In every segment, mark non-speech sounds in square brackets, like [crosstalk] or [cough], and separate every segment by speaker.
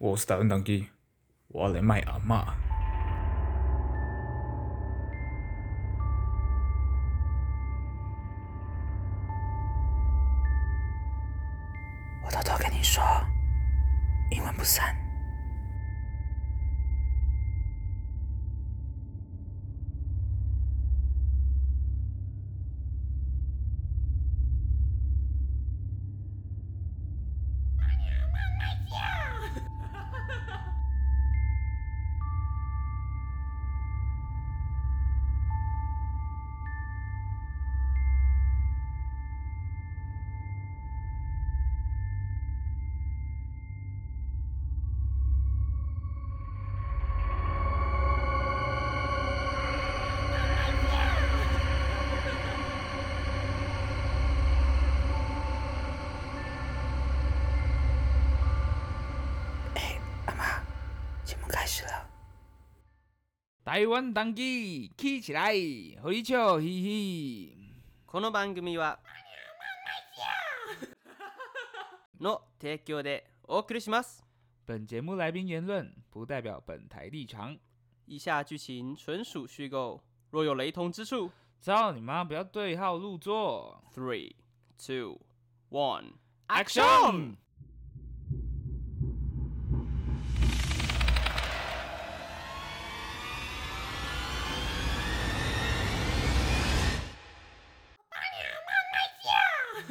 Speaker 1: Bagus tahun tangki. Wale mai ama.
Speaker 2: 我偷偷跟你说，英文不散。哎，阿妈，节目开始了。
Speaker 3: 台湾当机起起来，和你笑嘻嘻。
Speaker 4: この番組はの提供でお送りします
Speaker 3: 本节目来宾言论不代表本台立场。
Speaker 4: 以下剧情纯属虚构若有雷同之处
Speaker 3: 操你妈！不要对号入座。
Speaker 4: three two one
Speaker 3: Action！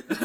Speaker 1: [laughs]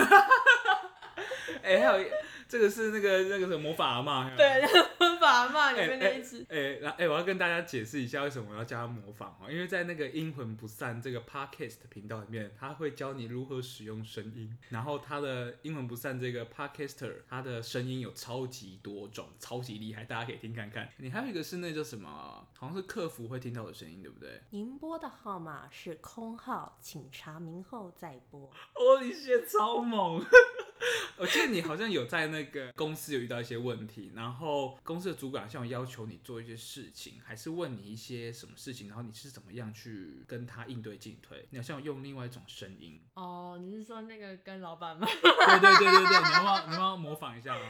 Speaker 1: 哎、还有一这个是那个那个什么魔法阿妈。还有。
Speaker 5: 对，《法骂里
Speaker 1: 哎
Speaker 5: 面那一集，
Speaker 1: 哎、然后哎、我要跟大家解释一下为什么我要叫他模仿哦，因为在那个《阴魂不散》这个 podcast 频道里面，他会教你如何使用声音，然后他的《阴魂不散》这个 podcaster 他的声音有超级多种，超级厉害，大家可以听看看。你还有一个是那叫什么，啊好像是客服会听到的声音，对不对？
Speaker 6: 您拨的号码是空号，请查明后再拨。
Speaker 1: 我你血超猛！ [laughs] 我记得你好像有在那个公司有遇到一些问题，然后公司的主管好像有要求你做一些事情，还是问你一些什么事情，然后你是怎么样去跟他应对进退？你好像有用另外一种声音，
Speaker 5: 哦，你是说那个跟老板吗？
Speaker 1: 对对对对对，你要不要你要不要模仿一下吗？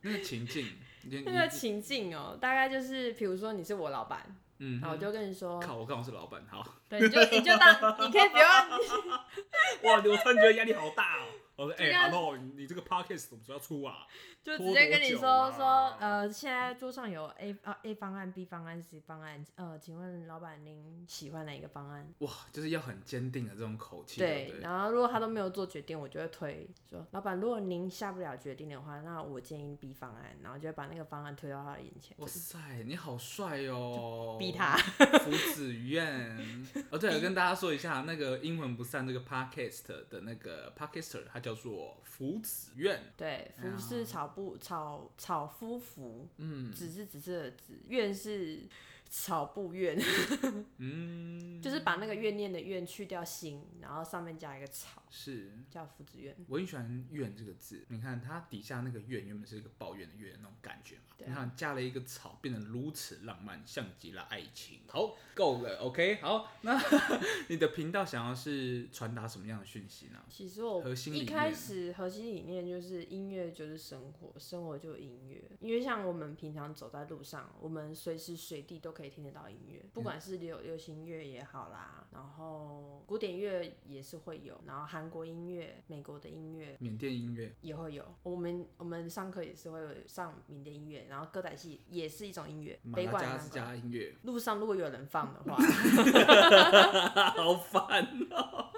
Speaker 1: 那个情境，你
Speaker 5: [laughs] 那个，情境哦，大概就是比如说你是我老板，
Speaker 1: 你嗯，
Speaker 5: 然后我就跟你说，
Speaker 1: 靠，我刚好是老板，好，
Speaker 5: 对，你就你就当 [laughs] 你可以不要，
Speaker 1: [laughs] 哇，我突然觉得压力好大哦。我说，哎、
Speaker 5: 这个
Speaker 1: h e l l o 你这个 podcast 怎么时候要出啊？
Speaker 5: 就直接跟你
Speaker 1: 拖多
Speaker 5: 说
Speaker 1: 久
Speaker 5: 说
Speaker 1: 啦，
Speaker 5: 呃，现在桌上有 A 啊 A 方案、B 方案、C 方案，呃，请问老板您喜欢哪一个方案？
Speaker 1: 哇，就是要很坚定的这种口气，对不
Speaker 5: 对，
Speaker 1: 对？
Speaker 5: 然后如果他都没有做决定，我就会推说，老板，如果您下不了决定的话，那我建议 B 方案，然后就会把那个方案推到他的眼前，
Speaker 1: 哇塞，你好帅哦！
Speaker 5: 逼他。
Speaker 1: 福子苑。哦，对了，跟大家说一下，那个《阴魂不散》这个 podcast 的那个 podcaster，他叫做福子苑。
Speaker 5: 对，
Speaker 1: 啊
Speaker 5: 福是草布草草夫福，
Speaker 1: 嗯
Speaker 5: 子是紫色的子，怨是草布怨， [laughs]
Speaker 1: 嗯，
Speaker 5: 就是把那个怨念的怨去掉心，然后上面加一个草，
Speaker 1: 是。
Speaker 5: 叫福子怨。
Speaker 1: 我很喜欢“怨”这个字，你看它底下那个“怨”原本是一个抱怨的“怨”那种感觉嘛，
Speaker 5: 对啊
Speaker 1: 你看加了一个草，变得如此浪漫，像极了爱情。好，够了，OK，好，那 [laughs] 你的频道想要是传达什么样的讯息呢？
Speaker 5: 其实我
Speaker 1: 核心理
Speaker 5: 一
Speaker 1: 念
Speaker 5: 开始核心理念就是音乐就是生活，生活就是音乐。因为像我们平常走在路上，我们随时随地都可以听得到音乐，
Speaker 1: 嗯
Speaker 5: 不管是流流行乐也好啦，然后古典乐也是会有，然后韩国音乐、美国的音乐，
Speaker 1: 缅甸音乐，
Speaker 5: 也会有，我们我们上课也是会有上缅甸音乐，然后歌仔戏也是一种音乐，
Speaker 1: 马
Speaker 5: 北管
Speaker 1: 达加
Speaker 5: 南
Speaker 1: 斯
Speaker 5: 管。
Speaker 1: 加音乐，
Speaker 5: 路上如果有人放
Speaker 1: [laughs]
Speaker 5: 的话，
Speaker 1: [laughs] 好烦哦、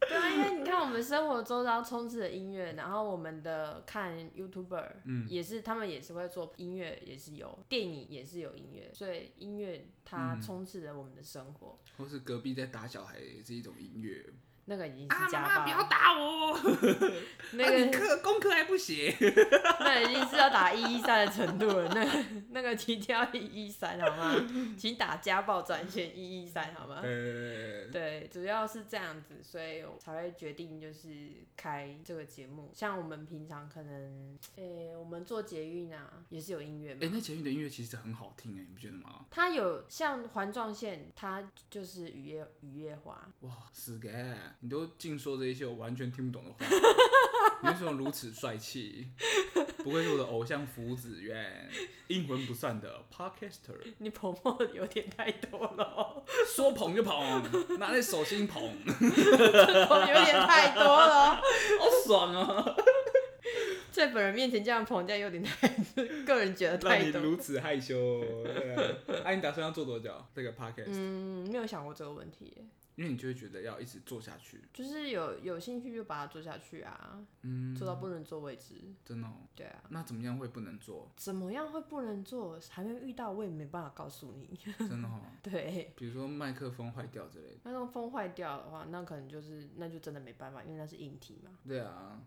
Speaker 5: 对啊，因为你看我们生活周遭充斥着音乐，然后我们的看 YouTuber，
Speaker 1: 嗯
Speaker 5: 也是他们也是会做音乐，也是有电影也是有音乐，所以音乐它
Speaker 1: 嗯
Speaker 5: 充斥着我们的生活，
Speaker 1: 或是隔壁在打小孩也是一种音乐，
Speaker 5: 那个已
Speaker 1: 啊
Speaker 5: 经是家暴，
Speaker 1: 打我，
Speaker 5: [laughs] 那
Speaker 1: [laughs]
Speaker 5: 个、
Speaker 1: 啊课功课还不
Speaker 5: [laughs]
Speaker 1: 写，
Speaker 5: 那已经是要打一一三的程度了，那 [laughs] 个那个一定要一一三好吗？请打家暴专线一一三好吗？
Speaker 1: 呃，
Speaker 5: 对，主要是这样子，所以我才会决定就是开这个节目。像我们平常可能，诶、我们做捷运啊，也是有音乐嘛。
Speaker 1: 哎、那前面的音乐其实很好听哎、你不觉得吗？
Speaker 5: 它有像环状线，它就是雨夜雨夜花，
Speaker 1: 哇，是的。你都尽说这一些我完全听不懂的
Speaker 5: [laughs]
Speaker 1: 话，你为什么如此帅气？不愧是我的偶像福子苑，阴魂不散的 Podcaster，
Speaker 5: 你捧墨的有点太多了哦，
Speaker 1: 说捧就捧，拿在手心
Speaker 5: [laughs]
Speaker 1: 捧，
Speaker 5: 捧得哦有点太多了哦，
Speaker 1: 好爽哦！
Speaker 5: 在本人面前这样捧，这样有点太，个人觉得
Speaker 1: 让你
Speaker 5: 太多。
Speaker 1: 如此害羞。对啊，哎、你打算要做多久这个 Podcast？、
Speaker 5: 嗯，没有想过这个问题耶，
Speaker 1: 因为你就会觉得要一直做下去，
Speaker 5: 就是有有兴趣就把它做下去啊，
Speaker 1: 嗯，
Speaker 5: 做到不能做为止。
Speaker 1: 真的、哦。
Speaker 5: 对啊，
Speaker 1: 那怎么样会不能做？
Speaker 5: 怎么样会不能做？还没遇到，我也没办法告诉你。 [laughs]
Speaker 1: 真的哦。
Speaker 5: 对，
Speaker 1: 比如说麦克风坏掉之类的。
Speaker 5: 那种风坏掉的话，那可能就是那就真的没办法，因为那是硬体嘛。
Speaker 1: 对啊，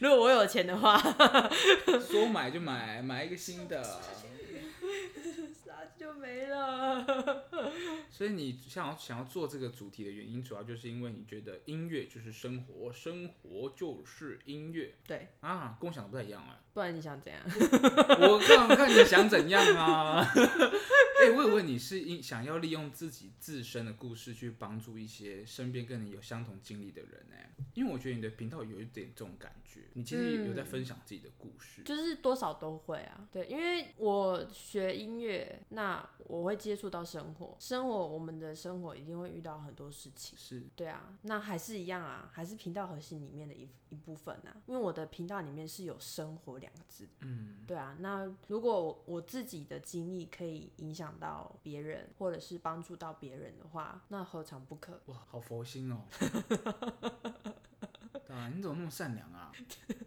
Speaker 5: 如果我有钱的话，
Speaker 1: 说买就买，买一个新的。
Speaker 5: [laughs] 那就没了。
Speaker 1: 所以你想要想要做这个主题的原因，主要就是因为你觉得音乐就是生活，生活就是音乐
Speaker 5: 对，
Speaker 1: 啊，跟我想的不太一样啊。
Speaker 5: 不然你想怎样？
Speaker 1: 我看我看你想怎样啊？ [laughs] 哎、我以为你是因想要利用自己自身的故事去帮助一些身边跟你有相同经历的人呢、因为我觉得你的频道有一点这种感觉，你其实有在分享自己的故事。
Speaker 5: 嗯就是多少都会啊，对，因为我学音乐，那我会接触到生活，生活我们的生活一定会遇到很多事情，
Speaker 1: 是
Speaker 5: 对啊，那还是一样啊，还是频道核心里面的一一部分啊，因为我的频道里面是有“生活”两个字，嗯，对啊，那如果我我自己的经历可以影响到别人，或者是帮助到别人的话，那何尝不可？ [laughs]
Speaker 1: 哇，好佛心哦。对啊，你怎么那么善良 [laughs] 啊？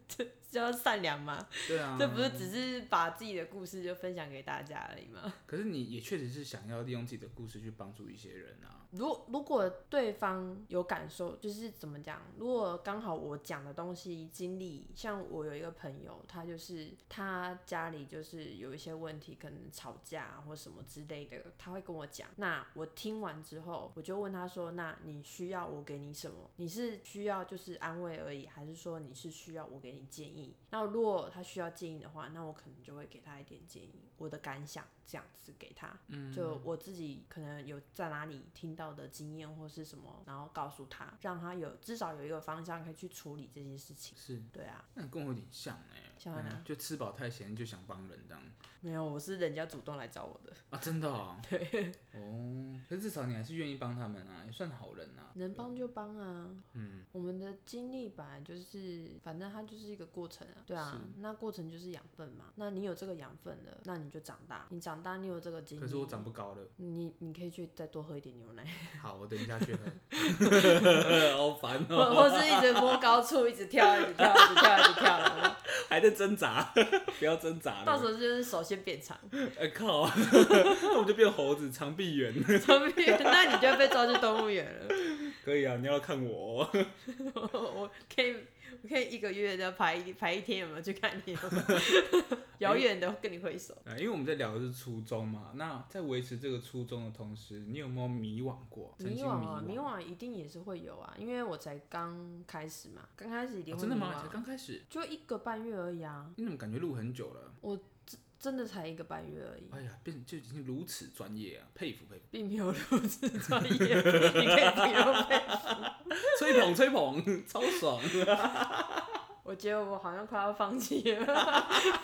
Speaker 5: 这叫善良吗？
Speaker 1: 对啊，
Speaker 5: 这不是只是把自己的故事就分享给大家而已吗？
Speaker 1: 可是你也确实是想要利用自己的故事去帮助一些人啊。
Speaker 5: 如如果对方有感受，就是怎么讲？如果刚好我讲的东西经历，像我有一个朋友，他就是他家里就是有一些问题，可能吵架或什么之类的，他会跟我讲。那我听完之后，我就问他说：“那你需要我给你什么？你是需要就是安慰而已，还是说你是需要我给你建议？”那如果他需要建议的话，那我可能就会给他一点建议，我的感想这样子给他。
Speaker 1: 嗯
Speaker 5: 就我自己可能有在哪里听到的经验或是什么，然后告诉他，让他有至少有一个方向可以去处理这些事情。
Speaker 1: 是，
Speaker 5: 对啊，
Speaker 1: 那你跟我有点像哎、
Speaker 5: 像哪
Speaker 1: 嗯就吃饱太闲就想帮人这样
Speaker 5: 没有，我是人家主动来找我的，
Speaker 1: 啊，真的、哦。 [laughs] 对。哦，可是至少你还是愿意帮他们啊，也算好人啊。
Speaker 5: 能帮就帮啊。
Speaker 1: 嗯，
Speaker 5: 我们的经历本来就是，反正它就是一个过程啊。对啊，那过程就是养分嘛。那你有这个养分了，那你就长大。你长大，你有这个经历，
Speaker 1: 可是我长不高了。
Speaker 5: 你你可以去再多喝一点牛奶，
Speaker 1: 好，我等一下去 [laughs] 喝。好烦
Speaker 5: 或
Speaker 1: 哦，
Speaker 5: 或是一直摸高处，一直跳，一直跳，一直跳，一直跳，有没有
Speaker 1: [laughs] 还在挣扎， [laughs] 不要挣扎了。
Speaker 5: 到时候就是手先变长。
Speaker 1: 呃、靠，那我就变猴子，长臂猿。 [laughs]
Speaker 5: 动物园，那你就要被抓去动物园了。 [laughs]
Speaker 1: 可以啊，你要看我哦。
Speaker 5: 我可以，我可以一个月的排一排一天，有没有去看你？有没
Speaker 1: [laughs]
Speaker 5: 有遥远的跟你挥手。
Speaker 1: 啊，因为我们在聊的是初衷嘛，那在维持这个初衷的同时，你有没有迷惘过？曾
Speaker 5: 迷
Speaker 1: 经
Speaker 5: 惘啊，
Speaker 1: 迷
Speaker 5: 迷惘一定也是会有啊，因为我才刚开始嘛，刚开始一定
Speaker 1: 哦
Speaker 5: 会
Speaker 1: 真
Speaker 5: 迷
Speaker 1: 的
Speaker 5: 惘。啊
Speaker 1: 吗？才刚开始，
Speaker 5: 就一个半月而已啊，
Speaker 1: 你怎么感觉录很久了？
Speaker 5: 真的才一个半月而已，
Speaker 1: 哎呀，变就已经如此专业啊，佩服佩服，
Speaker 5: 并没有录制
Speaker 1: [laughs]
Speaker 5: 专业，你可以不用背。
Speaker 1: 吹捧吹捧， [laughs] 超爽。
Speaker 5: 我觉得我好像快要放弃了， [laughs]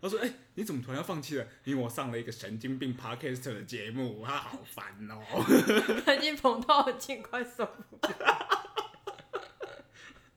Speaker 1: 他说：“哎、你怎么突然要放弃了？因为我上了一个神经病 podcast 的节目，啊，好烦哦、 [laughs]
Speaker 5: 已经捧到很近，快受不了。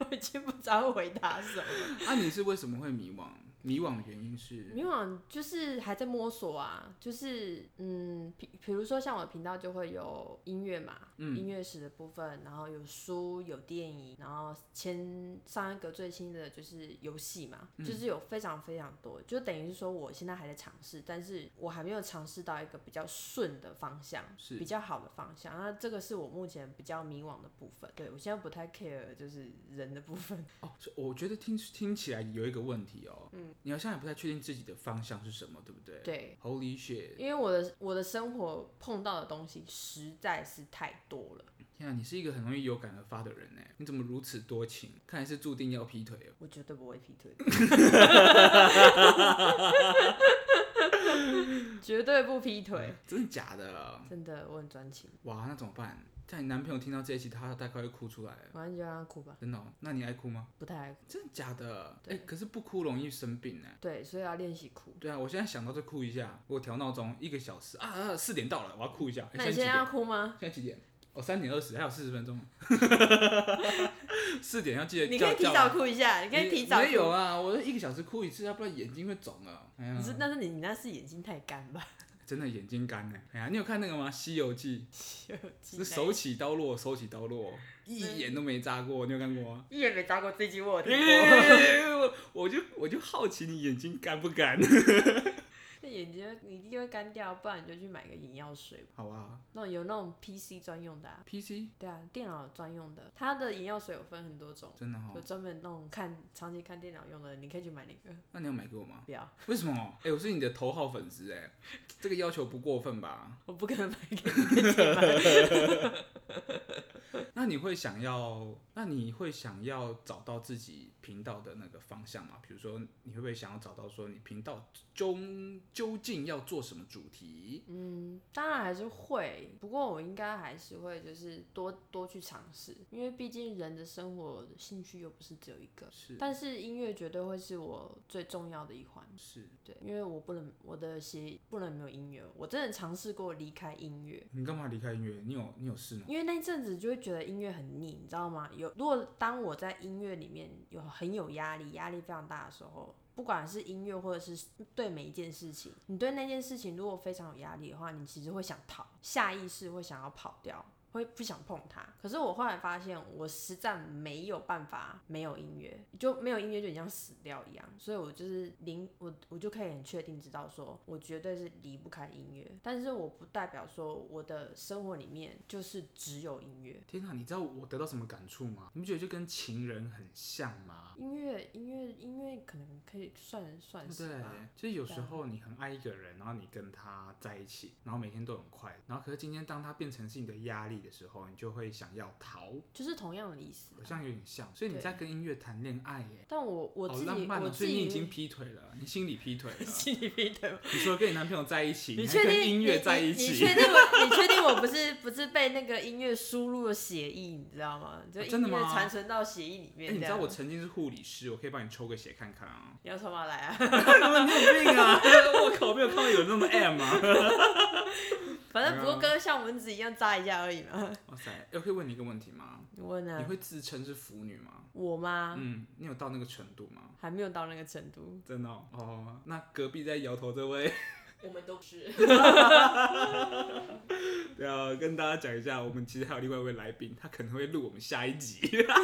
Speaker 5: [laughs] 我已经不知道回答什么了。
Speaker 1: 啊，你是为什么会迷惘？迷惘的原因是
Speaker 5: 迷惘啊就是还在摸索啊，就是嗯，比比如说像我的频道就会有音乐嘛，音乐史的部分，然后有书、有电影，然后前上一个最新的就是游戏嘛，就是有非常非常多，就等于是说我现在还在尝试，但是我还没有尝试到一个比较顺的方向，
Speaker 1: 是
Speaker 5: 比较好的方向。那这个是我目前比较迷惘的部分，对我现在不太 care 就是人的部分，
Speaker 1: 哦，是我觉得听听起来有一个问题哦、嗯，你好像还不太确定自己的方向是什么，对不对？
Speaker 5: 对，
Speaker 1: ，Holy shit！
Speaker 5: 因为我的我的生活碰到的东西实在是太多了，
Speaker 1: 天啊，你是一个很容易有感而发的人呢，你怎么如此多情？看来是注定要劈腿哦。
Speaker 5: 我绝对不会 [laughs] 劈腿的，绝对不劈腿，
Speaker 1: 真的假的？
Speaker 5: 真的我很专情。
Speaker 1: 哇，那怎么办？像你男朋友听到这一期，他大概会哭出来。
Speaker 5: 反正就让他哭吧，
Speaker 1: 真的哦、那你爱哭吗？
Speaker 5: 不太爱哭。
Speaker 1: 真的假的？哎、
Speaker 5: 对
Speaker 1: 可是不哭容易生病哎、
Speaker 5: 对，所以要练习哭。
Speaker 1: 对啊，我现在想到就哭一下。我调闹钟一个小时啊啊，四点到了，我要哭一下。哎
Speaker 5: 那你
Speaker 1: 现
Speaker 5: 现
Speaker 1: 在
Speaker 5: 在
Speaker 1: 几
Speaker 5: 要
Speaker 1: 点？
Speaker 5: 哭吗？
Speaker 1: 现在几点？哦，三点二十，还有四十分
Speaker 5: [laughs]
Speaker 1: 钟。四点要记得
Speaker 5: 你
Speaker 1: 叫。
Speaker 5: 可以提
Speaker 1: 叫
Speaker 5: 早
Speaker 1: 我
Speaker 5: 哭一下，你可以提早
Speaker 1: 没有
Speaker 5: 哭。
Speaker 1: 啊，我一个小时哭一次，要不然眼睛会肿了。哎呀
Speaker 5: 你，是，但是你你那是眼睛太干吧？
Speaker 1: 真的眼睛干呢。哎呀，你有看那个吗？《西游记》
Speaker 5: 是
Speaker 1: 是手起刀落，手起刀落，一眼都没眨过。你有看过吗？
Speaker 5: 一眼没眨过，最近我有听 [laughs] 过。
Speaker 1: 我我就我就好奇你眼睛干不 [laughs] 干？
Speaker 5: 那眼睛会你一定会干掉，不然你就去买个眼药水吧。
Speaker 1: 好吧
Speaker 5: 那种有那种 PC 专用的、啊，
Speaker 1: ，PC
Speaker 5: 对啊，电脑专用的。它的眼药水有分很多种，
Speaker 1: 真的哈哦
Speaker 5: 有，专门那种看长期看电脑用的，你可以去买那个。
Speaker 1: 那你要买给我吗？
Speaker 5: 不要，
Speaker 1: 为什么？哎、我是你的头号粉丝哎、这个要求不过分吧？
Speaker 5: 我不可能买给你自己买。
Speaker 1: 那你会想要，那你会想要找到自己频道的那个方向吗？比如说，你会不会想要找到说你频道中究竟要做什么主题？
Speaker 5: 嗯，当然还是会，不过我应该还是会，就是多多去尝试，因为毕竟人的生活兴趣又不是只有一个。
Speaker 1: 是
Speaker 5: 但是音乐绝对会是我最重要的一环。
Speaker 1: 是，
Speaker 5: 对，因为我不能我的鞋不能没有音乐，我真的尝试过离开音乐，
Speaker 1: 你干嘛离开音乐？你有你有事吗？
Speaker 5: 因为那一阵子就会觉得音乐很腻，你知道吗？有如果当我在音乐里面有很有压力，压力非常大的时候。不管是音乐，或者是对每一件事情，你对那件事情如果非常有压力的话，你其实会想逃，下意识会想要跑掉，会不想碰它。可是我后来发现，我实在没有办法没有音乐，就没有音乐就很像死掉一样。所以我就是零，我我就可以很确定知道说，我绝对是离不开音乐。但是我不代表说我的生活里面就是只有音乐。
Speaker 1: 天哪、你知道我得到什么感触吗？你不觉得就跟情人很像吗？
Speaker 5: 音乐，音乐，音乐可能可以算算
Speaker 1: 对不
Speaker 5: 是
Speaker 1: 对
Speaker 5: 吧。，
Speaker 1: 就是有
Speaker 5: 对
Speaker 1: 时
Speaker 5: 啊
Speaker 1: 候你很爱一个人，然后你跟他在一起，然后每天都很快乐，然后可是今天当他变成是你的压力的时候，你就会想要逃，
Speaker 5: 就是同样的意思
Speaker 1: 好
Speaker 5: 啊、
Speaker 1: 像有点像。所以你
Speaker 5: 对
Speaker 1: 在跟音乐谈恋爱耶，
Speaker 5: 但我我
Speaker 1: 好
Speaker 5: 自
Speaker 1: 浪
Speaker 5: 己，
Speaker 1: 漫
Speaker 5: 我
Speaker 1: 哦！
Speaker 5: 自
Speaker 1: 所以你已经
Speaker 5: 己。
Speaker 1: 劈腿了，你心里劈腿了
Speaker 5: 心里面的
Speaker 1: 你说跟你男朋友在一起，
Speaker 5: 你
Speaker 1: 还
Speaker 5: 确定
Speaker 1: 跟音乐在一
Speaker 5: 你
Speaker 1: [laughs]
Speaker 5: 你
Speaker 1: 起
Speaker 5: 确？定我？你确定我不是不是被那个音乐输入了协议，你知道吗？就
Speaker 1: 啊真的
Speaker 5: 音
Speaker 1: 吗
Speaker 5: 乐传存到协议里面、
Speaker 1: 哎，你知道我
Speaker 5: 这样啊
Speaker 1: 曾经是护理师，我可以帮你抽个血看看啊。
Speaker 5: 你要什么来啊？ [laughs]
Speaker 1: 你有病啊！ [laughs] 我靠，我没有看到有人那么 M 啊！ [laughs]
Speaker 5: 反正
Speaker 1: 嗯
Speaker 5: 不过跟像蚊子一样扎一下而已嘛。
Speaker 1: 哇塞，哎我可以问你一个问题吗？
Speaker 5: 你问
Speaker 1: 你
Speaker 5: 啊？
Speaker 1: 会自称是腐女吗？
Speaker 5: 我吗？
Speaker 1: 嗯，你有到那个程度吗？
Speaker 5: 还没有到那个程度。
Speaker 1: 真的哦，哦那隔壁在摇头这位，
Speaker 5: [laughs]
Speaker 1: [laughs]
Speaker 5: 我们都是。
Speaker 1: 要跟大家讲一下，我们其实还有另外一位来宾，他可能会录我们下一 [laughs] 集，好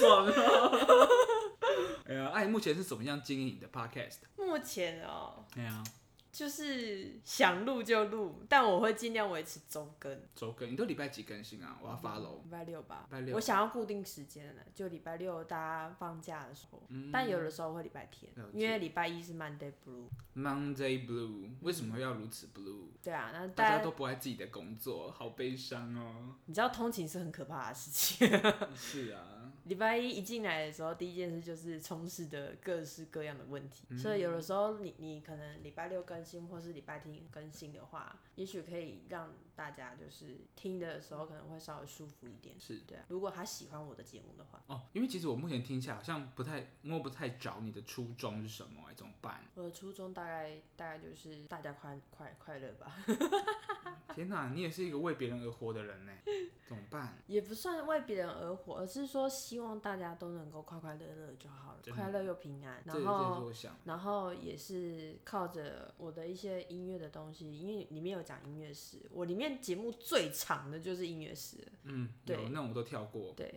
Speaker 1: 爽哦！ [laughs] 哎呀，哎，目前是怎么样经营你的 podcast？
Speaker 5: 目前哦，
Speaker 1: 哎呀，
Speaker 5: 就是想录就录，但我会尽量维持周更，
Speaker 1: 周更，你都礼拜几更新啊？我要发喽。
Speaker 5: 礼拜六吧。
Speaker 1: 礼拜六
Speaker 5: 我想要固定时间的，就礼拜六大家放假的时候，但有的时候会礼拜天
Speaker 1: 嗯了，解
Speaker 5: 因为礼拜一是 Monday Blue。
Speaker 1: 嗯 Monday Blue，为什么要如此 blue？
Speaker 5: 对啊，那
Speaker 1: 大
Speaker 5: 大
Speaker 1: 家都不爱自己的工作，好悲伤哦。
Speaker 5: 你知道通勤是很可怕的
Speaker 1: [laughs]
Speaker 5: 事情。
Speaker 1: 是啊，
Speaker 5: 礼拜一一进来的时候，第一件事就是充斥着各式各样的问题，
Speaker 1: 嗯
Speaker 5: 所以有的时候你你可能礼拜六更新或是礼拜天更新的话，也许可以让大家就是听的时候可能会稍微舒服一点。
Speaker 1: 是
Speaker 5: 对啊，如果他喜欢我的节目的话，
Speaker 1: 哦，因为其实我目前听下来好像不太摸不太着你的初衷是什么、哎，怎么
Speaker 5: [laughs]
Speaker 1: 办？
Speaker 5: 我的初衷大概大概就是大家快快快乐吧， [laughs]
Speaker 1: 天哪，你也是一个为别人而活的人呢，怎么办？
Speaker 5: [laughs] 也不算为别人而活，而是说希望大家都能够快快乐乐就好了，
Speaker 1: 真的
Speaker 5: 快乐又平安。
Speaker 1: 这这
Speaker 5: 然
Speaker 1: 也
Speaker 5: 后
Speaker 1: 是我想的，
Speaker 5: 然后也是靠着我的一些音乐的东西，因为里面有讲音乐史，我里面节目最长的就是音乐史了，
Speaker 1: 嗯，
Speaker 5: 对
Speaker 1: 有那种我都跳过，
Speaker 5: 对。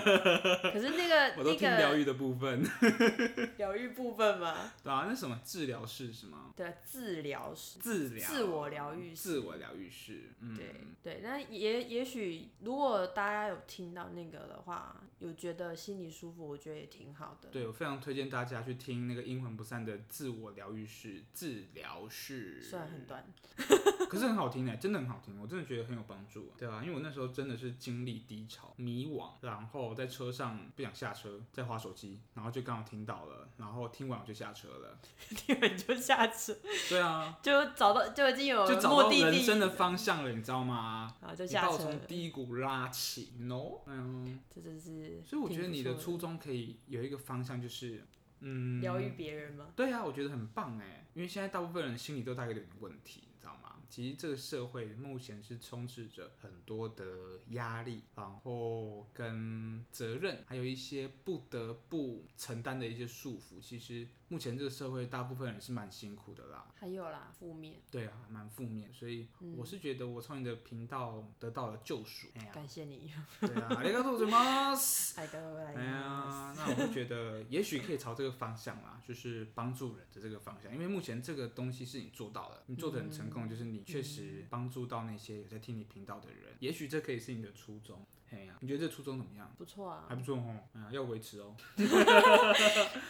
Speaker 5: 可是那个
Speaker 1: [laughs] 我都
Speaker 5: 那
Speaker 1: 听疗
Speaker 5: 个
Speaker 1: 愈的部分， [laughs]
Speaker 5: 疗愈部分嘛，
Speaker 1: 对啊，那什么治疗室是吗？
Speaker 5: 对啊，治疗史，
Speaker 1: 治疗，
Speaker 5: 自我疗愈室
Speaker 1: 自我疗愈室，嗯，
Speaker 5: 对对，那也也许如果大家有听到那个的话，有觉得心里舒服，我觉得也挺好的。
Speaker 1: 对我非常推荐大家去听那个阴魂不散的自我疗愈室治疗室，
Speaker 5: 虽然很短， [laughs]
Speaker 1: 可是很好听哎、真的很好听，我真的觉得很有帮助。对啊，因为我那时候真的是经历低潮、迷惘，然后在车上不想下车，在划手机，然后就刚好听到了，然后听完我就下车了。
Speaker 5: 你们就下车，
Speaker 1: 对啊，
Speaker 5: 就找到就已经有
Speaker 1: 就找
Speaker 5: 目
Speaker 1: 到
Speaker 5: 的
Speaker 1: 人
Speaker 5: 地，
Speaker 1: 生的方向了，你知道吗？
Speaker 5: 然后就
Speaker 1: 你
Speaker 5: 下
Speaker 1: 把我
Speaker 5: 车
Speaker 1: 从。低谷拉起，no，嗯，
Speaker 5: 这真是，
Speaker 1: 所以我觉得你的初衷可以有一个方向，就是嗯，
Speaker 5: 疗愈别人吗？
Speaker 1: 对啊，我觉得很棒哎，因为现在大部分人心里都大概有点问题，你知道吗？其实这个社会目前是充斥着很多的压力，然后跟责任，还有一些不得不承担的一些束缚。其实目前这个社会大部分人是蛮辛苦的啦，
Speaker 5: 还有啦，负面，
Speaker 1: 对啊，蛮负面。所以
Speaker 5: 嗯
Speaker 1: 我是觉得我从你的频道得到了救赎。哎呀，
Speaker 5: 感谢 [laughs] 你，
Speaker 1: 对啊，ありがとうござい
Speaker 5: [laughs]
Speaker 1: ます。
Speaker 5: 哎，各位，
Speaker 1: 哎呀，那我会觉得也许可以朝这个方向
Speaker 5: [laughs]
Speaker 1: 啦，就是帮助人的这个方向，因为目前这个东西是你做到了，你做的很成功，就是你确实帮助到那些有在听你频道的人，也许这可以是你的初衷。哎呀，你觉得这初衷怎么样？
Speaker 5: 不错啊
Speaker 1: 还，不错哦，嗯，要维持哦。
Speaker 5: [laughs]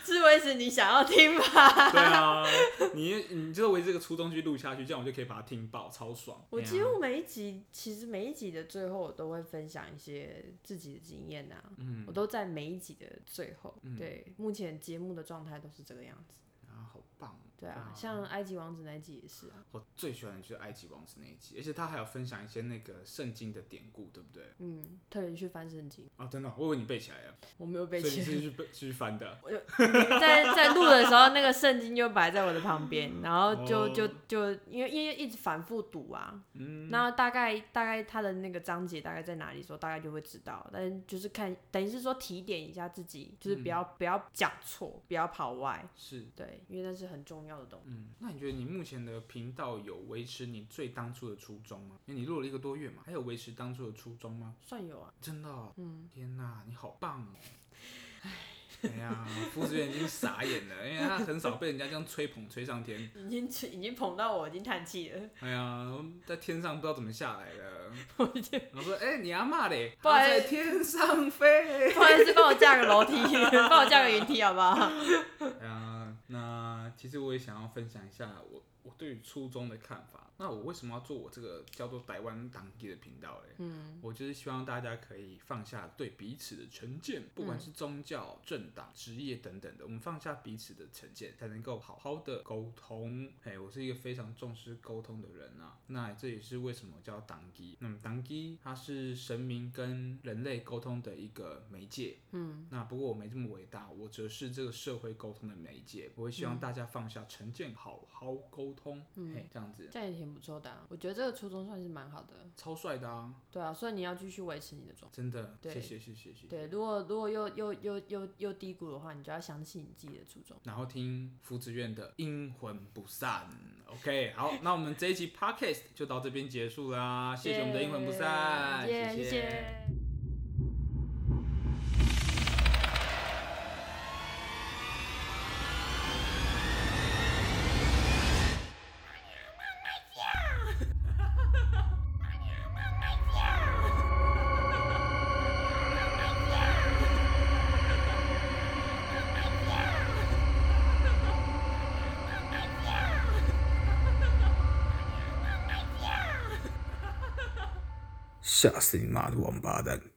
Speaker 5: 是为是你想要听 [laughs] 吧？
Speaker 1: 对啊，你你就 [laughs] 维持这个初衷去录下去，这样我就可以把它听爆，超爽。
Speaker 5: 我
Speaker 1: 哎呀
Speaker 5: 几乎每一集，其实每一集的最后，我都会分享一些自己的经验啊，
Speaker 1: 嗯
Speaker 5: 我都在每一集的最后。
Speaker 1: 嗯
Speaker 5: 对，目前节目的状态都是这个样子。
Speaker 1: 啊，好棒哦。
Speaker 5: 对啊，
Speaker 1: 哇
Speaker 5: 像埃及王子那一集也是啊，
Speaker 1: 我最喜欢的就是埃及王子那一集，而且他还有分享一些那个圣经的典故，对不对？
Speaker 5: 嗯，特别去翻圣经，
Speaker 1: 啊，真的哦，我以为你背起来了，
Speaker 5: 我没有背
Speaker 1: 所以你
Speaker 5: 起
Speaker 1: 是
Speaker 5: 来。
Speaker 1: 去背去翻的。
Speaker 5: [laughs] 在在录的时候，那个圣经就摆在我的旁边，然后就
Speaker 1: 哦
Speaker 5: 就就因为因为一直反复读啊，
Speaker 1: 嗯，
Speaker 5: 那大概大概它的那个章节大概在哪里的时候，大概就会知道。但是就是看，等于是说提点一下自己，就是
Speaker 1: 嗯
Speaker 5: 不要、不要讲错，不要跑歪，
Speaker 1: 是，
Speaker 5: 对，因为那是很重要的东西。
Speaker 1: 嗯，那你觉得你目前的频道有维持你最当初的初衷吗？因为你录了一个多月嘛，还有维持当初的初衷吗？
Speaker 5: 算有啊， [laughs]
Speaker 1: 真的、哦，
Speaker 5: 嗯，
Speaker 1: 天哪，你好棒哦！哎呀，福子员已经傻眼了，因为他很少被人家这样吹捧吹上天。
Speaker 5: 已经已经捧到我，已经叹气
Speaker 1: [laughs]
Speaker 5: 了。
Speaker 1: 哎呀，在天上不知道怎么下来的。
Speaker 5: [laughs] 我已经
Speaker 1: 我说，哎、你阿骂嘞，
Speaker 5: 不好
Speaker 1: 他
Speaker 5: 意思
Speaker 1: 在天上飞。
Speaker 5: 不好意思，帮我架个楼
Speaker 1: [laughs]
Speaker 5: 梯，帮我架个云梯好不好？
Speaker 1: 哎呀，那其实我也想要分享一下我我对于初衷的看法。那我为什么要做我这个叫做台湾当地的频道嘞？
Speaker 5: 嗯，
Speaker 1: 我就是希望大家可以放下对彼此的成见，不管是宗教、政党、职业等等的，我们放下彼此的成见，才能够好好的沟通。哎，我是一个非常重视沟通的人啊，那这也是为什么我叫党基。那么党基它是神明跟人类沟通的一个媒介。嗯，那不过我没这么伟大，我则是这个社会沟通的媒介。我会希望大家放下成见，好好沟通。嗯，嘿，这样子
Speaker 5: 这样也挺不错的、啊，我觉得这个初衷算是蛮好的。
Speaker 1: 超帅的啊，
Speaker 5: 对啊，所以你要继续维持你的状态。
Speaker 1: 真的，
Speaker 5: 对
Speaker 1: 谢谢谢谢谢谢。
Speaker 5: 对，如果如果又又又又又低谷的话，你就要相信你自己的初衷。
Speaker 1: 然后听福子院的《阴魂不散》。OK，好，那我们这一期 Podcast 就到这边结束啦，谢谢我们的《阴魂不散》，
Speaker 5: 耶
Speaker 1: 谢
Speaker 5: 谢谢
Speaker 7: 吓死你妈的王八蛋！